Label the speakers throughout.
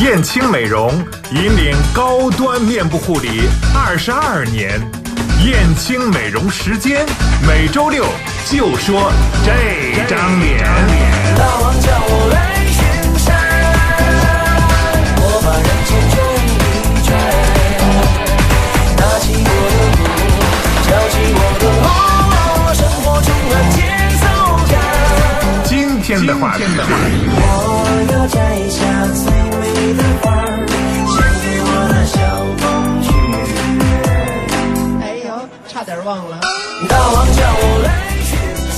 Speaker 1: 燕青美容引领高端面部护理二十二年，燕青美容时间每周六就说这张脸。
Speaker 2: 大王叫我来巡山，我把人间转一转，拿起我的鼓，敲起我的锣，生活充满节奏感。
Speaker 1: 今天的话题是
Speaker 2: 我要摘下最美的花儿，献给我的小公举。
Speaker 3: 哎呦，差点忘了。
Speaker 2: 大王叫我来巡山。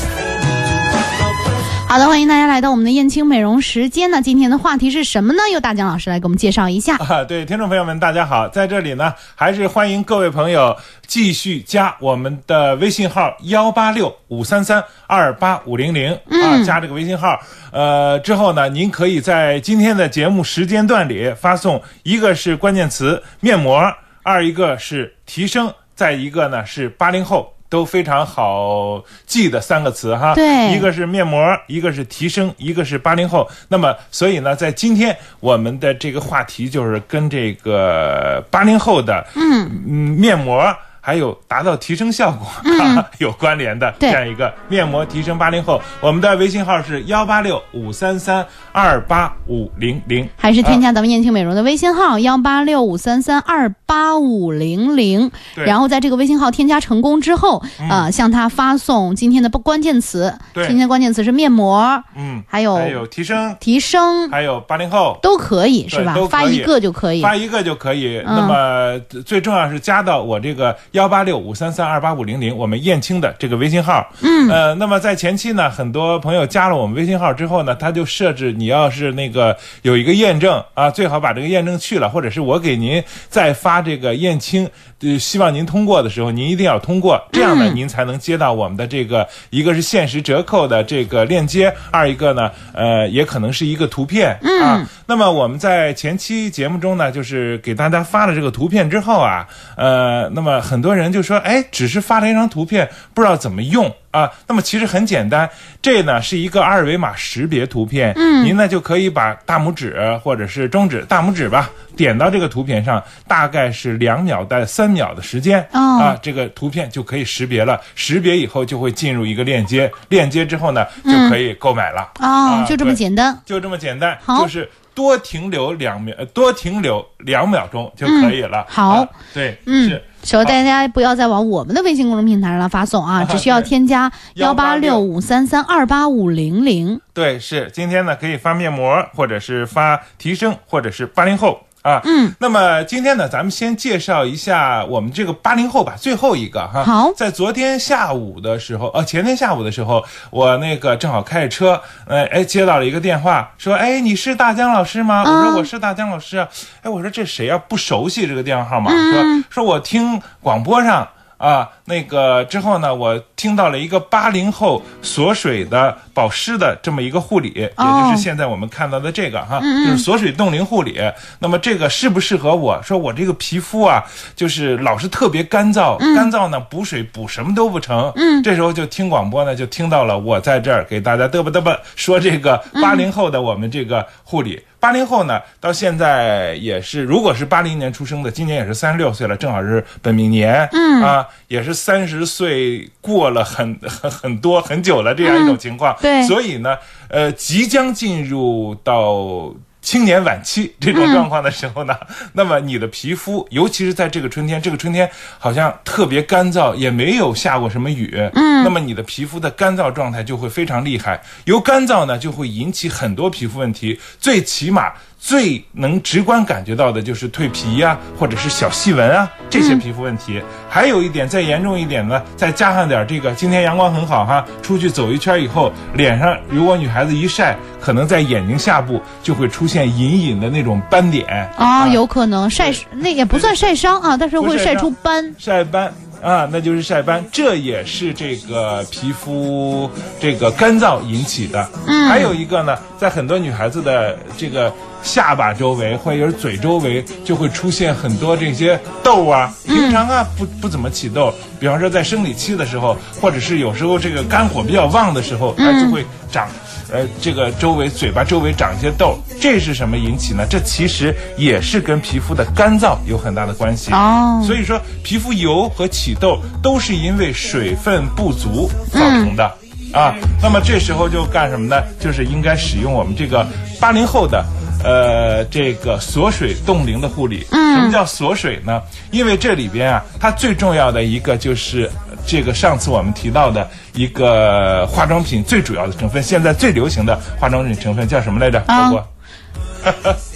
Speaker 4: 好的，欢迎大家来到我们的燕青美容时间呢。今天的话题是什么呢？由大江老师来给我们介绍一下。
Speaker 5: 啊，对，听众朋友们，大家好，在这里呢，还是欢迎各位朋友继续加我们的微信号幺八六五三三二八五零零啊，加这个微信号，呃，之后呢，您可以在今天的节目时间段里发送，一个是关键词面膜，二一个是提升，再一个呢是八零后。都非常好记的三个词 哈，
Speaker 4: 对
Speaker 5: 一个是面膜，一个是提升，一个是八零后。那么，所以呢，在今天我们的这个话题就是跟这个八零后的嗯面膜。还有达到提升效果、哈， 有关联的这
Speaker 4: 嗯对
Speaker 5: 样一个面膜提升八零后，我们的微信号是幺八六五三三二八五零零，
Speaker 4: 还是添加咱们燕青美容的微信号幺八六五三三二八五零零，
Speaker 5: 对嗯
Speaker 4: 然后在这个微信号添加成功之后，呃，向他发送今天的不关键词。
Speaker 5: 对
Speaker 4: 今天的关键词是面膜，
Speaker 5: 嗯，
Speaker 4: 还有
Speaker 5: 还有提升，
Speaker 4: 提升，
Speaker 5: 还有八零后，
Speaker 4: 都可以是
Speaker 5: 对
Speaker 4: 吧
Speaker 5: 都可？以
Speaker 4: 发一个就可以。
Speaker 5: 发一个就可以。
Speaker 4: 嗯
Speaker 5: 那么最重要是加到我这个幺八六五三三二八五零零，我们燕青的这个微信号。嗯，呃，那么在前期呢，很多朋友加了我们微信号之后呢，他就设置你要是那个有一个验证啊，最好把这个验证去了，或者是我给您再发这个燕青，呃，希望您通过的时候，您一定要通过，这样呢，
Speaker 4: 嗯
Speaker 5: 您才能接到我们的这个一个是限时折扣的这个链接，二一个呢，呃，也可能是一个图片、啊。那么我们在前期节目中呢，就是给大家发了这个图片之后啊，呃，那么很多人就说，哎，只是发了一张图片，不知道怎么用。啊，那么其实很简单，这呢是一个二维码识别图片，嗯，您呢就可以把大拇指或者是中指、大拇指吧，点到这个图片上，大概是两秒到三秒的时间、
Speaker 4: 哦
Speaker 5: 啊，这个图片就可以识别了，识别以后就会进入一个链接，链接之后呢就
Speaker 4: 嗯
Speaker 5: 可以购买了，
Speaker 4: 哦
Speaker 5: 啊，
Speaker 4: 就这么
Speaker 5: 对
Speaker 4: 简单。
Speaker 5: 就这么简单，
Speaker 4: 好
Speaker 5: 就是多停留两秒，呃多停留两秒钟就可以了。
Speaker 4: 嗯好
Speaker 5: 啊对，
Speaker 4: 嗯
Speaker 5: 是。
Speaker 4: 所以大家不要再往我们的微信公众平台上来发送啊，只需要添加幺八六五三三二八五零零。
Speaker 5: 对，是今天呢可以发面膜，或者是发提升，或者是八零后啊。嗯，那么今天呢，咱们先介绍一下我们这个八零后吧，最后一个哈。
Speaker 4: 好
Speaker 5: 在昨天下午的时候，呃，前天下午的时候，我那个正好开着车，呃，哎，接到了一个电话，说，哎，你是大江老师吗？我
Speaker 4: 嗯
Speaker 5: 说我是大江老师啊。哎，我说这谁啊？不熟悉这个电话号码，说说我听广播上。啊，那个之后呢，我听到了一个八零后锁水的保湿的这么一个护理，也
Speaker 4: 哦
Speaker 5: 就是现在我们看到的这个哈，就是锁水冻龄护理。那么这个适不适合我？说我这个皮肤啊，就是老是特别干燥，干燥呢补水补什么都不成。嗯，这时候就听广播呢，就听到了我在这儿给大家嘚吧嘚吧说这个八零后的我们这个护理。八零后呢，到现在也是，如果是八零年出生的，今年也是三十六岁了，正好是本命年，嗯啊，也是三十岁过了很很很多很久了这样一种情况，
Speaker 4: 对
Speaker 5: 所以呢，呃，即将进入到。青年晚期这种状况的时候呢， 那么你的皮肤，尤其是在这个春天，这个春天好像特别干燥，也没有下过什么雨，嗯，那么你的皮肤的干燥状态就会非常厉害。由干燥呢，就会引起很多皮肤问题，最起码最能直观感觉到的就是蜕皮呀、或者是小细纹啊这些皮肤问题。还有一点，再严重一点呢，再加上点这个，今天阳光很好哈，出去走一圈以后，脸上如果女孩子一晒，可能在眼睛下部就会出现隐隐的那种斑点
Speaker 4: 哦，
Speaker 5: 啊
Speaker 4: 有可能晒那也不算晒伤啊，但是会
Speaker 5: 不晒
Speaker 4: 晒
Speaker 5: 伤
Speaker 4: 出斑。
Speaker 5: 晒斑啊，那就是晒斑，这也是这个皮肤这个干燥引起的。嗯，还有一个呢，在很多女孩子的这个下巴周围或者是嘴周围，就会出现很多这些痘啊。平常啊，不不怎么起痘，比方说在生理期的时候，或者是有时候这个肝火比较旺的时候，它就会长呃，这个周围嘴巴周围长一些痘，这是什么引起呢？这其实也是跟皮肤的干燥有很大的关系。
Speaker 4: 哦
Speaker 5: 所以说皮肤油和起痘都是因为水分不足造成的。啊，那么这时候就干什么呢？就是应该使用我们这个八零后的，呃，这个锁水冻龄的护理。嗯，什么叫锁水呢？因为这里边啊，它最重要的一个就是这个上次我们提到的一个化妆品最主要的成分，现在最流行的化妆品成分叫什么来着？
Speaker 4: 啊
Speaker 5: 火锅。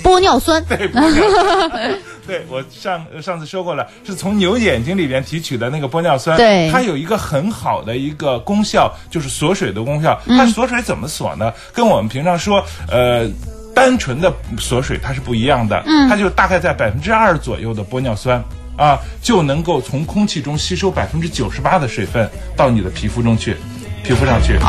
Speaker 4: 玻尿酸，
Speaker 5: 对我上上次说过了，是从牛眼睛里边提取的那个玻尿酸，
Speaker 4: 对
Speaker 5: 它有一个很好的一个功效，就是锁水的功效。它锁水怎么锁呢？跟我们平常说，呃。单纯的锁水它是不一样的，它就大概在百分之二左右的玻尿酸啊，就能够从空气中吸收百分之九十八的水分到你的皮肤中去，皮肤上去。
Speaker 4: 哦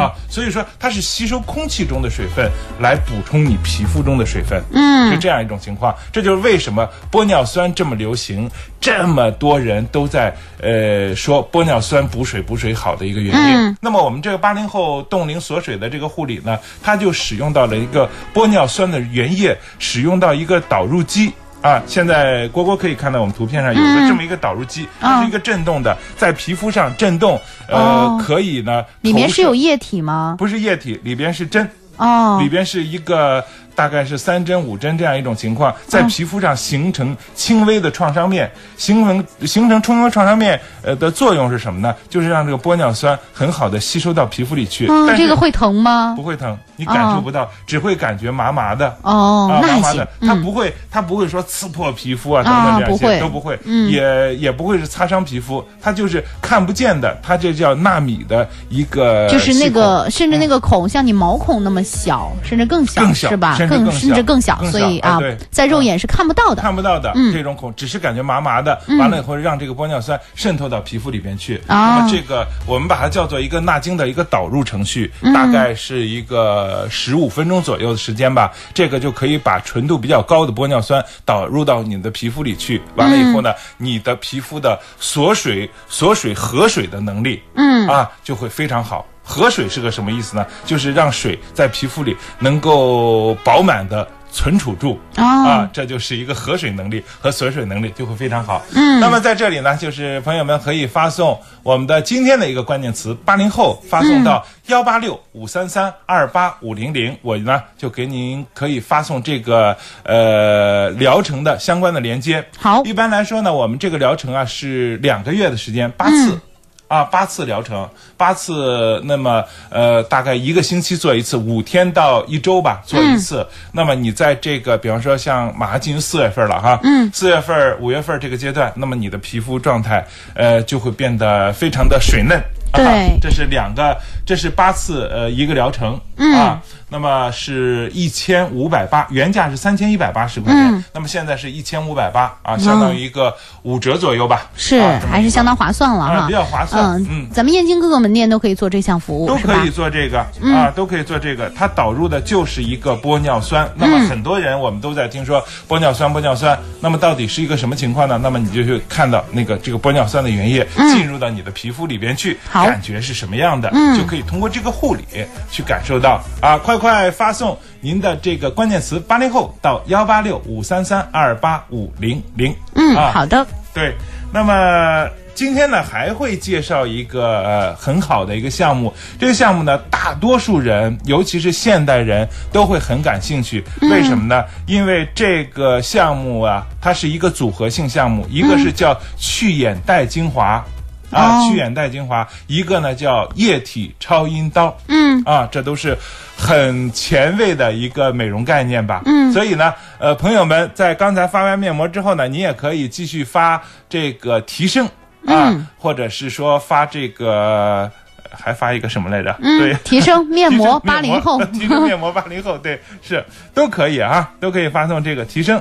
Speaker 5: 啊，所以说它是吸收空气中的水分来补充你皮肤中的水分，嗯，是这样一种情况。这就是为什么玻尿酸这么流行，这么多人都在呃说玻尿酸补水补水好的一个原因。
Speaker 4: 嗯
Speaker 5: 那么我们这个八零后冻龄锁水的这个护理呢，它就使用到了一个玻尿酸的原液，使用到一个导入机。啊，现在郭郭可以看到我们图片上有个
Speaker 4: 嗯
Speaker 5: 这么一个导入机，它是一个震动的，在皮肤上震动，呃，
Speaker 4: 哦
Speaker 5: 可以呢，
Speaker 4: 里面
Speaker 5: 投
Speaker 4: 是
Speaker 5: 射
Speaker 4: 有液体吗？
Speaker 5: 不是液体，里边是针，
Speaker 4: 哦
Speaker 5: 里边是一个大概是三针五针这样一种情
Speaker 4: 哦
Speaker 5: 况，在皮肤上形成轻微的创伤面，形成形成轻微创伤面，呃的作用是什么呢？就是让这个玻尿酸很好的吸收到皮肤里去，
Speaker 4: 嗯，
Speaker 5: 但是
Speaker 4: 这个会疼吗
Speaker 5: 不？会疼，你感受不到，只会感觉麻麻的。
Speaker 4: 哦
Speaker 5: 啊，，
Speaker 4: 那
Speaker 5: 麻
Speaker 4: 还
Speaker 5: 麻
Speaker 4: 行
Speaker 5: 的，，它
Speaker 4: 嗯，
Speaker 5: 不会，它不会说刺破皮肤啊等
Speaker 4: 啊
Speaker 5: 等这样一
Speaker 4: 不
Speaker 5: 些
Speaker 4: 会
Speaker 5: 都不会，也也不会是擦伤皮肤，它就是看不见的，它这叫纳米的一个
Speaker 4: 就是
Speaker 5: 系
Speaker 4: 那
Speaker 5: 统
Speaker 4: 个，甚至那个孔像你毛孔那么小，甚至更小，
Speaker 5: 更小
Speaker 4: 是吧？
Speaker 5: 甚至更小
Speaker 4: 甚至更小
Speaker 5: 更，小
Speaker 4: 所以
Speaker 5: 啊
Speaker 4: 啊
Speaker 5: 对，
Speaker 4: 在肉眼是看不到的。嗯
Speaker 5: 看不到的这种孔，只是感觉麻麻的，完了以后让这个玻尿酸渗透到皮肤里边去。
Speaker 4: 哦
Speaker 5: 那么这个我们把它叫做一个纳精的一个导入程序，
Speaker 4: 嗯
Speaker 5: 大概是一个十五分钟左右的时间吧。这个就可以把纯度比较高的玻尿酸导入到你的皮肤里去。完了以后呢，
Speaker 4: 嗯
Speaker 5: 你的皮肤的锁水、锁水、合水的能力，嗯啊，就会非常好。合水是个什么意思呢？就是让水在皮肤里能够饱满的存储住、
Speaker 4: 哦
Speaker 5: 啊，这就是一个合水能力和锁水能力就会非常好。嗯，那么在这里呢，就是朋友们可以发送我们的今天的一个关键词“八零后”发送到
Speaker 4: 嗯
Speaker 5: 幺八六五三三二八五零零，我呢就给您可以发送这个呃疗程的相关的连接。
Speaker 4: 好
Speaker 5: 一般来说呢，我们这个疗程啊是两个月的时间，八
Speaker 4: 嗯
Speaker 5: 次。啊，八次疗程，八次，那么呃，大概一个星期做一次，五天到一周吧，做
Speaker 4: 嗯
Speaker 5: 一次。那么你在这个，比方说像马上进入四月份了哈，嗯，四月份、五月份这个阶段，那么你的皮肤状态，呃，就会变得非常的水嫩。
Speaker 4: 对
Speaker 5: 啊这是两个，这是八次，呃，一个疗程、
Speaker 4: 嗯
Speaker 5: 啊，那么是一千五百八，原价是三千一百八十块钱，
Speaker 4: 嗯
Speaker 5: 那么现在是一千五百八啊，相当于一个五折左右吧，
Speaker 4: 是
Speaker 5: 啊、这么
Speaker 4: 还是相当划算了
Speaker 5: 啊
Speaker 4: 哈，
Speaker 5: 比较划算
Speaker 4: 嗯
Speaker 5: 嗯，
Speaker 4: 咱们燕京各个门店都可以做这项服务，
Speaker 5: 都
Speaker 4: 是
Speaker 5: 可
Speaker 4: 吧嗯
Speaker 5: 以？做这个、啊，都可以做这个。它导入的就是一个玻尿酸。那
Speaker 4: 嗯
Speaker 5: 么很多人我们都在听说玻尿酸，玻尿酸。那么到底是一个什么情况呢？那么你就去看到那个这个玻尿酸的原液
Speaker 4: 嗯
Speaker 5: 进入到你的皮肤里边去，
Speaker 4: 好
Speaker 5: 感觉是什么样的，
Speaker 4: 嗯
Speaker 5: 就可以通过这个护理去感受到啊。快快发送您的这个关键词“八零后”到幺八六五三三二八五零零。
Speaker 4: 嗯，
Speaker 5: 啊、
Speaker 4: 好的，
Speaker 5: 对，那么今天呢还会介绍一个、呃、很好的一个项目，这个项目呢，大多数人，尤其是现代人都会很感兴趣。为什么呢？因为这个项目啊，它是一个组合性项目，一个是叫去眼袋精华。啊，
Speaker 4: 哦
Speaker 5: 去眼袋精华，一个呢叫液体超音刀，嗯，啊，这都是很前卫的一个美容概念吧，嗯，所以呢，呃，朋友们在刚才发完面膜之后呢，你也可以继续发这个提升
Speaker 4: 嗯
Speaker 5: 啊，或者是说发这个还发一个什么来着？对
Speaker 4: 嗯，， 提升 面
Speaker 5: 提
Speaker 4: 膜，
Speaker 5: 升，
Speaker 4: 八零后
Speaker 5: 啊提升面膜八零后，对，是都可以啊，都可以发送这个提升。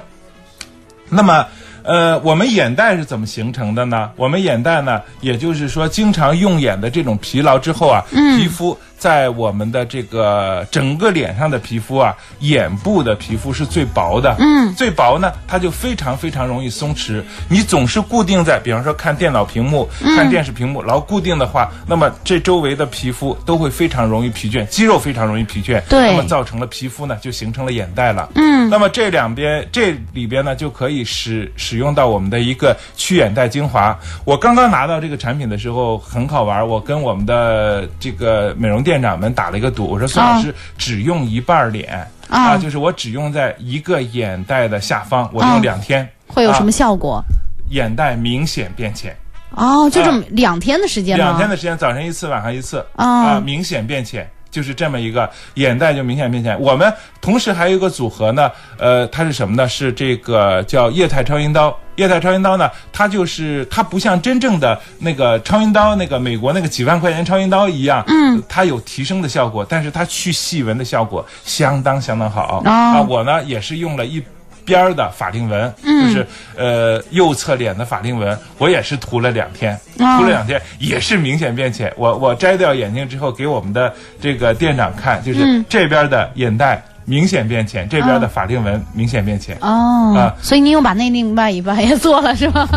Speaker 5: 那么，呃，我们眼袋是怎么形成的呢？我们眼袋呢，也就是说，经常用眼的这种疲劳之后啊，皮肤在我们的这个整个脸上的皮肤啊，眼部的皮肤是最薄的，嗯，最薄呢，它就非常非常容易松弛。你总是固定在，比方说看电脑屏幕、看电视屏幕，老固定的话，那么这周围的皮肤都会非常容易疲倦，肌肉非常容易疲倦，
Speaker 4: 对
Speaker 5: 那么造成了皮肤呢就形成了眼袋了，嗯，那么这两边这里边呢就可以使使用到我们的一个去眼袋精华。我刚刚拿到这个产品的时候很好玩，我跟我们的这个美容店长们打了一个赌，我说孙老师只用一半儿脸。
Speaker 4: 啊
Speaker 5: 就是我只用在一个眼袋的下方，我
Speaker 4: 啊
Speaker 5: 用两天，
Speaker 4: 会有什么
Speaker 5: 啊
Speaker 4: 效果？
Speaker 5: 眼袋明显变浅，
Speaker 4: 哦，就这么两天的时间吗？
Speaker 5: 啊两天的时间，早晨一次，晚上一次，
Speaker 4: 啊
Speaker 5: 啊，明显变浅，就是这么一个眼袋就明显变浅。我们同时还有一个组合呢，呃，它是什么呢？是这个叫液态超音刀。液态超音刀呢，它就是它不像真正的那个超音刀，那个美国那个几万块钱超音刀一样，嗯，它有提升的效果，但是它去细纹的效果相当相当好、
Speaker 4: 哦
Speaker 5: 啊。我呢也是用了一。边儿的法令纹，
Speaker 4: 嗯
Speaker 5: 就是呃右侧脸的法令纹，我也是涂了两天，
Speaker 4: 哦
Speaker 5: 涂了两天也是明显变浅。我我摘掉眼镜之后给我们的这个店长看，
Speaker 4: 嗯
Speaker 5: 就是这边的眼袋明显变浅，这边的法令纹明显变浅。
Speaker 4: 哦，
Speaker 5: 啊
Speaker 4: 所以你又把那另外一半也做了 是吧？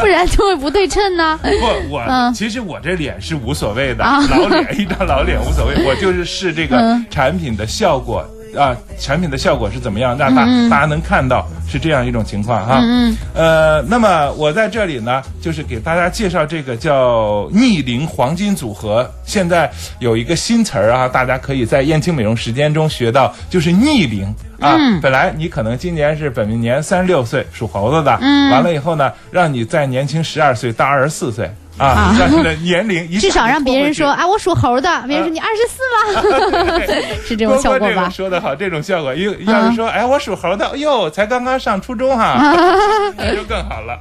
Speaker 4: 不然就会不对称呢、
Speaker 5: 不，我、
Speaker 4: 嗯
Speaker 5: 其实我这脸是无所谓的，
Speaker 4: 啊
Speaker 5: 老脸一张老脸无所谓，我就是试这个
Speaker 4: 嗯
Speaker 5: 产品的效果。啊，产品的效果是怎么样？让大、
Speaker 4: 嗯
Speaker 5: 大家能看到是这样一种情况哈。嗯呃，那么我在这里呢，就是给大家介绍这个叫逆龄黄金组合。现在有一个新词儿啊，大家可以在燕青美容时间中学到，就是逆龄啊。
Speaker 4: 嗯
Speaker 5: 本来你可能今年是本命年三十六岁，属猴子的，
Speaker 4: 嗯
Speaker 5: 完了以后呢，让你再年轻十二岁到二十四岁。啊，让你的年龄一下
Speaker 4: 至少
Speaker 5: 就
Speaker 4: 让别人
Speaker 5: 拖
Speaker 4: 说，
Speaker 5: 过去
Speaker 4: 哎，我属猴的，
Speaker 5: 啊
Speaker 4: 别人说你二十四 了，是这种效果
Speaker 5: 波波这种
Speaker 4: 吧？
Speaker 5: 说的好，这种效果，又要是说，哎，我属猴的，哎呦，才刚刚上初中 哈，那就更好了。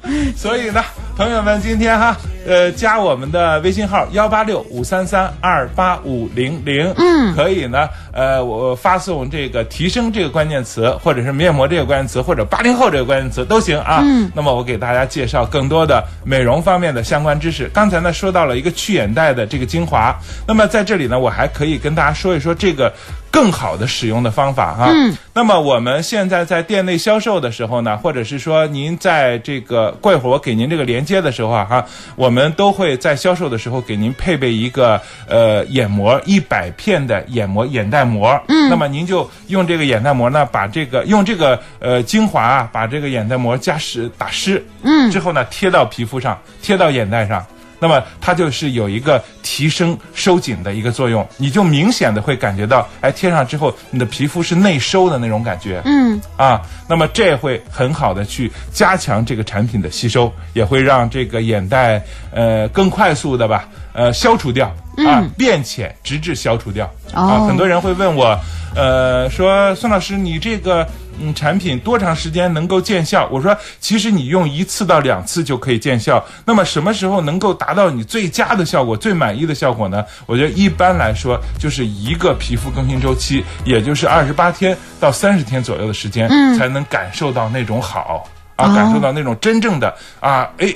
Speaker 5: 所以呢，朋友们，今天哈，呃，加我们的微信号幺八六五三三二八五零零，嗯，可以呢，呃，我发送这个提升这个关键词，或者是面膜这个关键词，或者八零后这个关键词都行啊。嗯，那么我给大家介绍更多的美容方面的相关知识。刚才呢说到了一个去眼袋的这个精华，那么在这里呢，我还可以跟大家说一说这个更好的使用的方法哈、嗯，那么我们现在在店内销售的时候呢，或者是说您在这个过一会儿我给您这个连接的时候啊哈，我们都会在销售的时候给您配备一个呃眼膜一百片的眼膜眼袋膜。嗯，那么您就用这个眼袋膜呢，把这个用这个呃精华啊，把这个眼袋膜加湿打湿。嗯，之后呢贴到皮肤上，贴到眼袋上。那么它就是有一个提升收紧的一个作用，你就明显的会感觉到，哎，贴上之后你的皮肤是内收的那种感觉，嗯，啊，那么这会很好的去加强这个产品的吸收，也会让这个眼袋呃更快速的吧，呃消除掉啊，变浅直至消除掉、
Speaker 4: 哦
Speaker 5: 啊，很多人会问我，呃，说孙老师，你这个嗯产品多长时间能够见效？我说，其实你用一次到两次就可以见效。那么什么时候能够达到你最佳的效果、最满意的效果呢？我觉得一般来说就是一个皮肤更新周期，也就是二十八天到三十天左右的时间，才能感受到那种好啊，感受到那种真正的啊，哎。嗯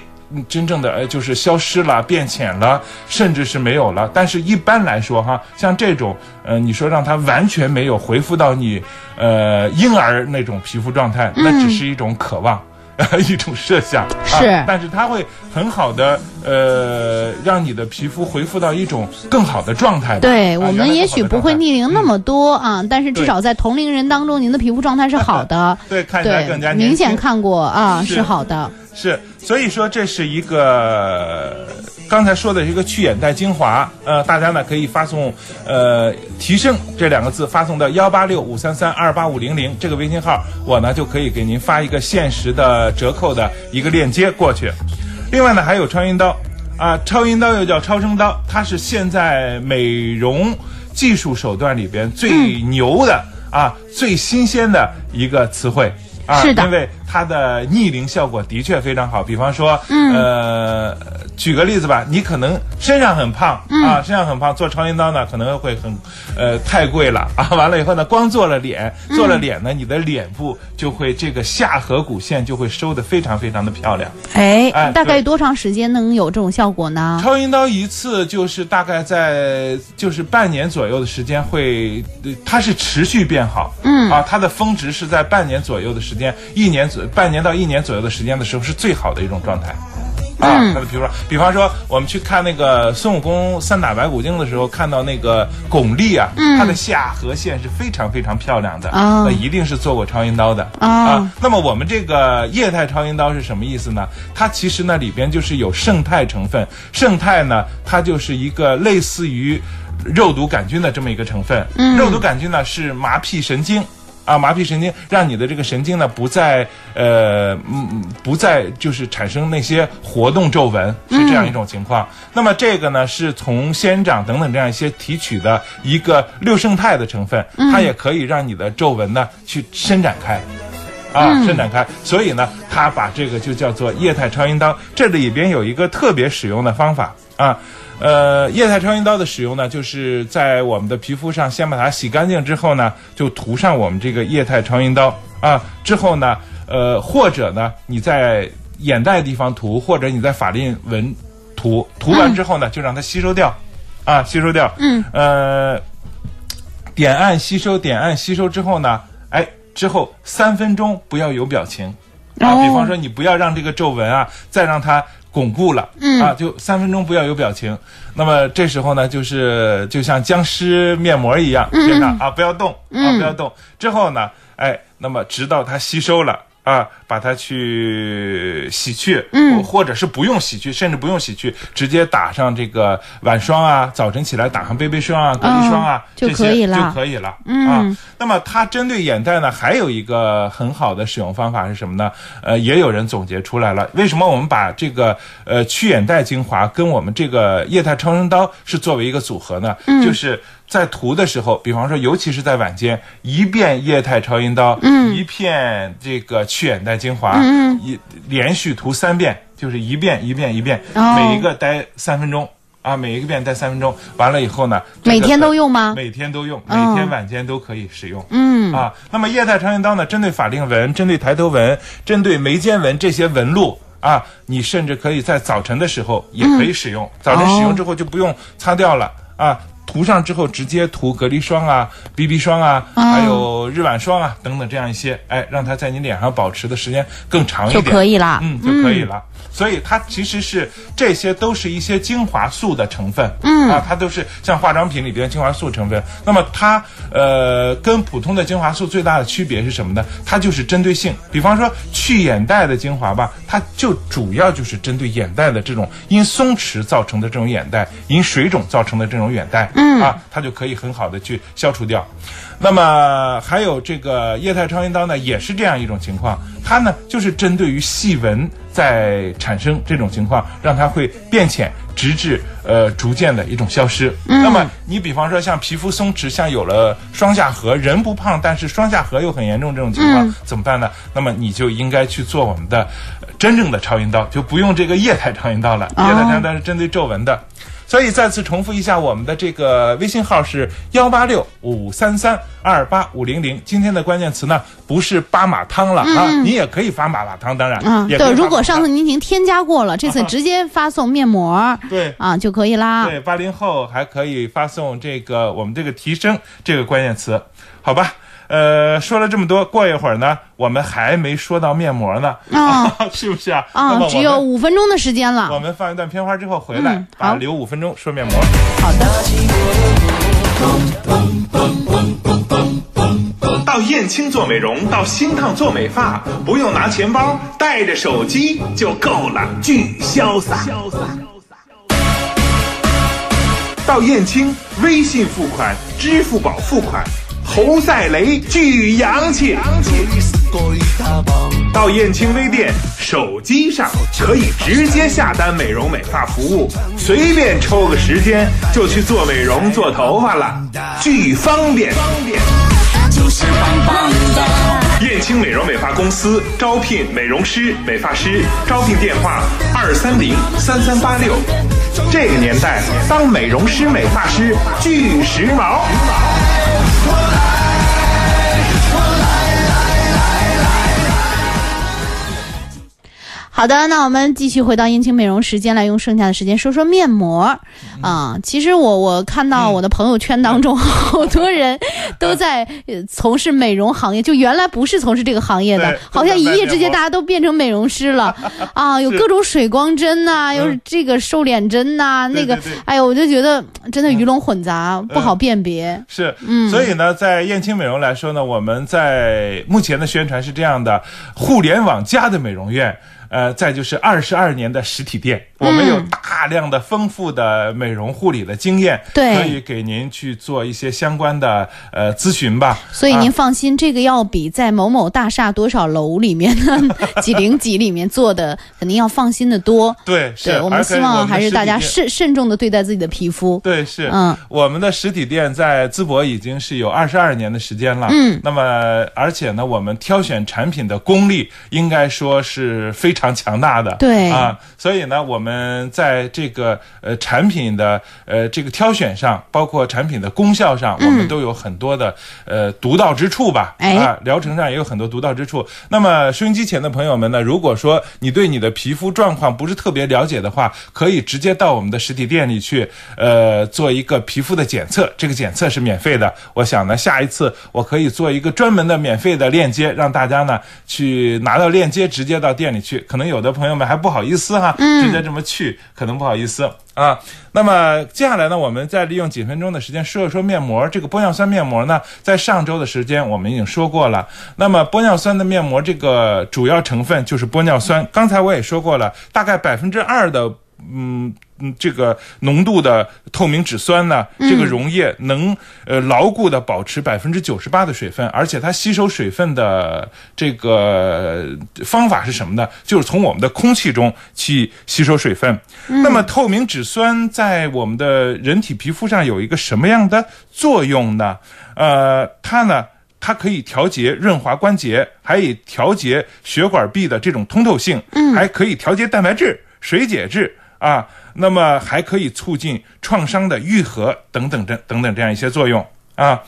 Speaker 5: 真正的呃，就是消失了、变浅了，甚至是没有了。但是，一般来说哈，像这种，呃，你说让它完全没有恢复到你呃婴儿那种皮肤状态，那只是一种渴望。 一种设想
Speaker 4: 是
Speaker 5: 啊，但是它会很好的呃，让你的皮肤恢复到一种更好的状态吧。
Speaker 4: 对
Speaker 5: 啊
Speaker 4: 我
Speaker 5: 原来
Speaker 4: 们
Speaker 5: 更
Speaker 4: 也
Speaker 5: 好
Speaker 4: 许
Speaker 5: 的
Speaker 4: 不
Speaker 5: 状
Speaker 4: 会
Speaker 5: 态嗯
Speaker 4: 逆龄那么多啊，但是至少在同龄人当中，您的皮肤状态是好的，
Speaker 5: 对，看起来
Speaker 4: 对
Speaker 5: 更加，年
Speaker 4: 明显
Speaker 5: 轻
Speaker 4: 看过啊，
Speaker 5: 是
Speaker 4: 是好的，
Speaker 5: 是，所以说这是一个呃刚才说的一个去眼袋精华，呃，大家呢可以发送呃“提升”这两个字发送到幺八六五三三二八五零零这个微信号，我呢就可以给您发一个限时的折扣的一个链接过去。另外呢，还有超音刀啊，超音刀又叫超声刀，它是现在美容技术手段里
Speaker 4: 嗯
Speaker 5: 边最牛的、啊，最新鲜的一个词汇啊，
Speaker 4: 是的
Speaker 5: 因为。因为它的逆龄效果的确非常好。比方说，呃，举个例子吧，你可能身上很胖、啊，身上很胖，做超音刀呢可能会很，呃，太贵了啊。 完了以后呢，光做了脸，做了脸呢，你的脸部就会这个下颌骨线就会收的非常非常的漂亮。
Speaker 4: 哎
Speaker 5: 哎
Speaker 4: 大概
Speaker 5: 对
Speaker 4: 多长时间能有这种效果呢？
Speaker 5: 超音刀一次就是大概在就是半年左右的时间会，呃它是持续变好，嗯啊，它的峰值是在半年左右的时间，一年左半年到一年左右的时间的时候是最好的一种状态。啊，它的皮肤，比方说我们去看那个孙悟空三打白骨精的时候，看到那个巩俐啊，她的下颌线是非常非常漂亮的，
Speaker 4: 哦
Speaker 5: 那一定是做过超音刀的、
Speaker 4: 哦
Speaker 5: 啊。那么我们这个液态超音刀是什么意思呢？它其实呢里边就是有胜肽成分，胜肽呢它就是一个类似于肉毒杆菌的这么一个成分。肉毒杆菌呢是麻痹神经。啊，麻痹神经让你的这个神经呢不再呃嗯不再就是产生那些活动皱纹，是这样一种情况。那么这个呢是从仙人掌等等这样一些提取的一个六胜肽的成分，它也可以让你的皱纹呢去伸展开。啊，伸展开。所以呢，他把这个就叫做液态超音刀。这里边有一个特别使用的方法啊。呃，液态超音刀的使用呢，就是在我们的皮肤上先把它洗干净之后呢，就涂上我们这个液态超音刀啊。之后呢，呃，或者呢，你在眼袋地方涂，或者你在法令纹涂，涂完之后呢，就让它吸收掉，啊，吸收掉。嗯，呃，点按吸收，点按吸收之后呢，哎，之后三分钟不要有表情，啊，
Speaker 4: 哦
Speaker 5: 比方说你不要让这个皱纹啊再让它巩固了，嗯啊，就三分钟不要有表情。那么这时候呢，就是就像僵尸面膜一样，
Speaker 4: 嗯
Speaker 5: 贴上啊，不要动啊，不要动。之后呢，哎，那么直到它吸收了。啊，把它去洗去，嗯，或者是不用洗去，甚至不用洗去，直接打上这个晚霜啊，早晨起来打上 BB 霜啊、隔离霜啊，
Speaker 4: 哦就
Speaker 5: 这些
Speaker 4: 可以了
Speaker 5: 就可以了。嗯啊，那么它针对眼袋呢，还有一个很好的使用方法是什么呢？呃，也有人总结出来了。为什么我们把这个呃去眼袋精华跟我们这个液态超声刀是作为一个组合呢？
Speaker 4: 嗯
Speaker 5: 就是在涂的时候，比方说，尤其是在晚间，一遍液态超音刀，嗯，一片这个去眼袋精华，嗯，一连续涂三遍，就是一遍一遍一遍，
Speaker 4: 哦
Speaker 5: 每一个待三分钟。啊，每一个遍待三分钟，完了以后呢，这个
Speaker 4: 每天都用吗
Speaker 5: 每天都用，每
Speaker 4: 哦
Speaker 5: 天晚间都可以使用。嗯啊，那么液态超音刀呢，针对法令纹、针对抬头纹、针对眉间纹这些纹路啊，你甚至可以在早晨的时候也可以使
Speaker 4: 哦
Speaker 5: 用。早晨使用之后就不用擦掉了、啊，涂上之后直接涂隔离霜啊、BB 霜啊，
Speaker 4: 哦
Speaker 5: 还有日晚霜啊等等这样一些，哎，让它在你脸上保持的时间更长一
Speaker 4: 就
Speaker 5: 点
Speaker 4: 可以了。
Speaker 5: 嗯，就可以了。所以它其实是这些都是一些精华素的成分，嗯啊，它都是像化妆品里边精华素成分。那么它呃跟普通的精华素最大的区别是什么呢？它就是针对性，比方说去眼袋的精华吧，它就主要就是针对眼袋的这种因松弛造成的这种眼袋，因水肿造成的这种眼袋，嗯啊，它就可以很好的去消除掉。那么还有这个液态超音刀呢，也是这样一种情况，它呢就是针对于细纹在产生这种情况，让它会变浅，直至呃逐渐的一种消失。那么你比方说像皮肤松弛，像有了双下颌，人不胖，但是双下颌又很严重这种情况、怎么办呢？那么你就应该去做我们的呃真正的超音刀，就不用这个液态超音刀了，液态超音刀是针对皱纹的。所以再次重复一下，我们的这个微信号是幺八六五三三二八五零零。今天的关键词呢，不是八马汤了啊，你也可以发马马汤，当然，
Speaker 4: 啊，
Speaker 5: 也可以
Speaker 4: 嗯对，
Speaker 5: 发
Speaker 4: 如果
Speaker 5: 马
Speaker 4: 上
Speaker 5: 汤
Speaker 4: 次您已经添加过了，这次直接发送面膜，
Speaker 5: 对
Speaker 4: 啊就可以啦。
Speaker 5: 对八零后还可以发送这个我们这个提升这个关键词，好吧？呃，说了这么多，过一会儿呢，我们还没说到面膜呢，
Speaker 4: 啊
Speaker 5: 是不是啊？那
Speaker 4: 啊，
Speaker 5: 么我
Speaker 4: 只有
Speaker 5: 们
Speaker 4: 五分钟的时间
Speaker 5: 我
Speaker 4: 了。
Speaker 5: 们放一段片花之后回来，
Speaker 4: 嗯好
Speaker 5: 把留五分钟说面膜。到燕青做美容，到新烫做美发，不用拿钱包，带着手机就够了，巨潇洒。到燕青，微信付款、支付宝付款，侯赛雷巨洋气。到燕青微店，手机上可以直接下单美容美发服务，随便抽个时间就去做美容、做头发了，巨方便。
Speaker 6: 就是棒棒的。
Speaker 1: 燕青美容美发公司招聘美容师、美发师，招聘电话二三零三三八六。这个年代，当美容师、美发师巨时髦。
Speaker 4: 好的，那我们继续回到燕青美容时间，来用剩下的时间说说面膜。啊、
Speaker 5: 嗯
Speaker 4: 其实我我看到我的朋友圈当中，好多人
Speaker 5: 嗯
Speaker 4: 都在呃从事美容行业，就原来不是从事这个行业的
Speaker 5: 对，
Speaker 4: 好像一夜之
Speaker 5: 都在卖面
Speaker 4: 间
Speaker 5: 膜
Speaker 4: 大家都变成美容师 了啊！有各种水光针呐、又是这个瘦脸针呐、那个
Speaker 5: 嗯对嗯对，
Speaker 4: 哎呦，我就觉得真的鱼龙混杂，不好辨别。
Speaker 5: 是，
Speaker 4: 嗯
Speaker 5: 所以呢，在燕青美容来说呢，我们在目前的宣传是这样的：互联网加的美容院。呃，再就是二十二年的实体店，
Speaker 4: 嗯
Speaker 5: 我们有大量的丰富的美容护理的经验，
Speaker 4: 对
Speaker 5: 可以给您去做一些相关的呃咨询吧。
Speaker 4: 所以
Speaker 5: 啊
Speaker 4: 您放心，这个要比在某某大厦多少楼里面 的几零几里面做的，肯定要放心的多。
Speaker 5: 对是，
Speaker 4: 对我
Speaker 5: 而
Speaker 4: 们
Speaker 5: 且
Speaker 4: 希望
Speaker 5: 们
Speaker 4: 还是
Speaker 5: 实体
Speaker 4: 大家
Speaker 5: 店
Speaker 4: 慎慎重的对待自己的皮肤。
Speaker 5: 对，是，
Speaker 4: 嗯，
Speaker 5: 我们的实体店在淄博已经是有二十二年的时间了，嗯，那么而且呢，我们挑选产品的功力应该说是非常强大的，
Speaker 4: 对
Speaker 5: 啊，所以呢，我们在这个呃产品的呃这个挑选上，包括产品的功效上，我们都有很多的呃独到之处吧，
Speaker 4: 嗯哎
Speaker 5: 啊，疗程上也有很多独到之处。那么收音机前的朋友们呢，如果说你对你的皮肤状况不是特别了解的话，可以直接到我们的实体店里去，呃，做一个皮肤的检测，这个检测是免费的。我想呢，下一次我可以做一个专门的免费的链接，让大家呢去拿到链接，直接到店里去。可能有的朋友们还不好意思哈，直接这么去，可能不好意思。啊，那么接下来呢，我们再利用几分钟的时间说一说面膜。这个玻尿酸面膜呢，在上周的时间我们已经说过了。那么玻尿酸的面膜，这个主要成分就是玻尿酸。刚才我也说过了，大概百分之二的，嗯嗯，这个浓度的透明质酸呢，这个溶液能呃牢固的保持百分之九十八的水分，而且它吸收水分的这个方法是什么呢？就是从我们的空气中去吸收水分。那么透明质酸在我们的人体皮肤上有一个什么样的作用呢？呃，它呢，它可以调节润滑关节，还以调节血管壁的这种通透性，嗯，还可以调节蛋白质、水解质啊，那么还可以促进创伤的愈合等等这等等这样一些作用。啊，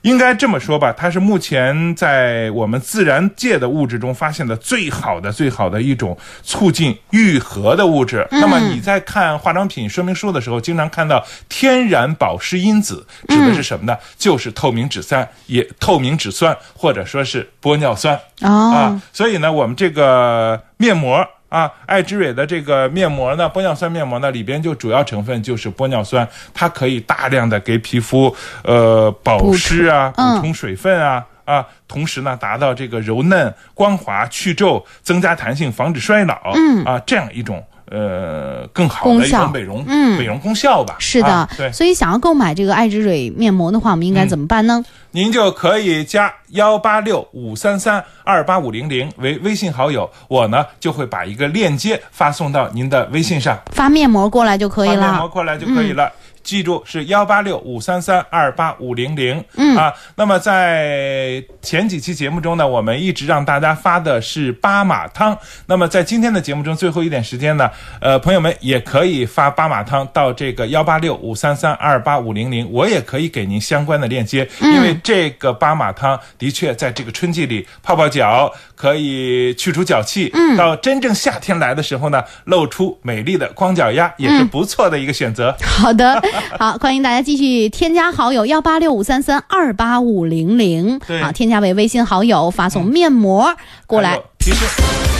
Speaker 5: 应该这么说吧，它是目前在我们自然界的物质中发现的最好的、最好的一种促进愈合的物质。那么你在看化妆品说明书的时候，经常看到天然保湿因子，指的是什么呢？就是透明质酸，也透明质酸，或者说是玻尿酸。
Speaker 4: 哦
Speaker 5: 啊，，所以呢，我们这个面膜啊，爱之蕊的这个面膜呢，玻尿酸面膜呢，里边就主要成分就是玻尿酸，它可以大量的给皮肤呃保湿啊，补
Speaker 4: 嗯
Speaker 5: 充水分啊。啊，同时呢，达到这个柔嫩、光滑、去皱、增加弹性、防止衰老，嗯啊，这样一种呃更好
Speaker 4: 功
Speaker 5: 的一种
Speaker 4: 效
Speaker 5: 美容，
Speaker 4: 嗯
Speaker 5: 美容功效吧。
Speaker 4: 是的、
Speaker 5: 啊对，嗯
Speaker 4: 所以想要购买这个爱之蕊面膜的话，我们应该怎么办呢？
Speaker 5: 您就可以加幺八六五三三二八五零零为微信好友，我呢就会把一个链接发送到您的微信上，
Speaker 4: 发面膜过来就可以
Speaker 5: 发面膜
Speaker 4: 了。嗯
Speaker 5: 过来就可以了。记住是幺八六五三三二八五零零，嗯啊，那么在前几期节目中呢，我们一直让大家发的是八马汤，那么在今天的节目中最后一点时间呢，呃，朋友们也可以发八马汤到这个幺八六五三三二八五零零，我也可以给您相关的链接，
Speaker 4: 嗯
Speaker 5: 因为这个八马汤的确在这个春季里泡泡脚可以去除脚气，嗯，到真正夏天来的时候呢，露出美丽的光脚丫也
Speaker 4: 嗯
Speaker 5: 是不错的一个选择。
Speaker 4: 好 的，好，欢迎大家继续添加好友幺八六五三三二八五零零
Speaker 5: 对，嗯
Speaker 4: 好，添加为微信好友，发送面膜过
Speaker 5: 还
Speaker 4: 来
Speaker 5: 有。提示，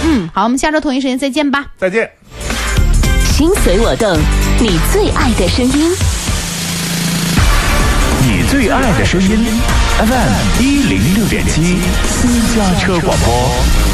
Speaker 4: 嗯，好，我们下周同一时间再见吧。
Speaker 5: 再见。
Speaker 6: 心随我动，你最爱的声音。
Speaker 1: 你最爱的声音，FM 一零六点七，私家车广播。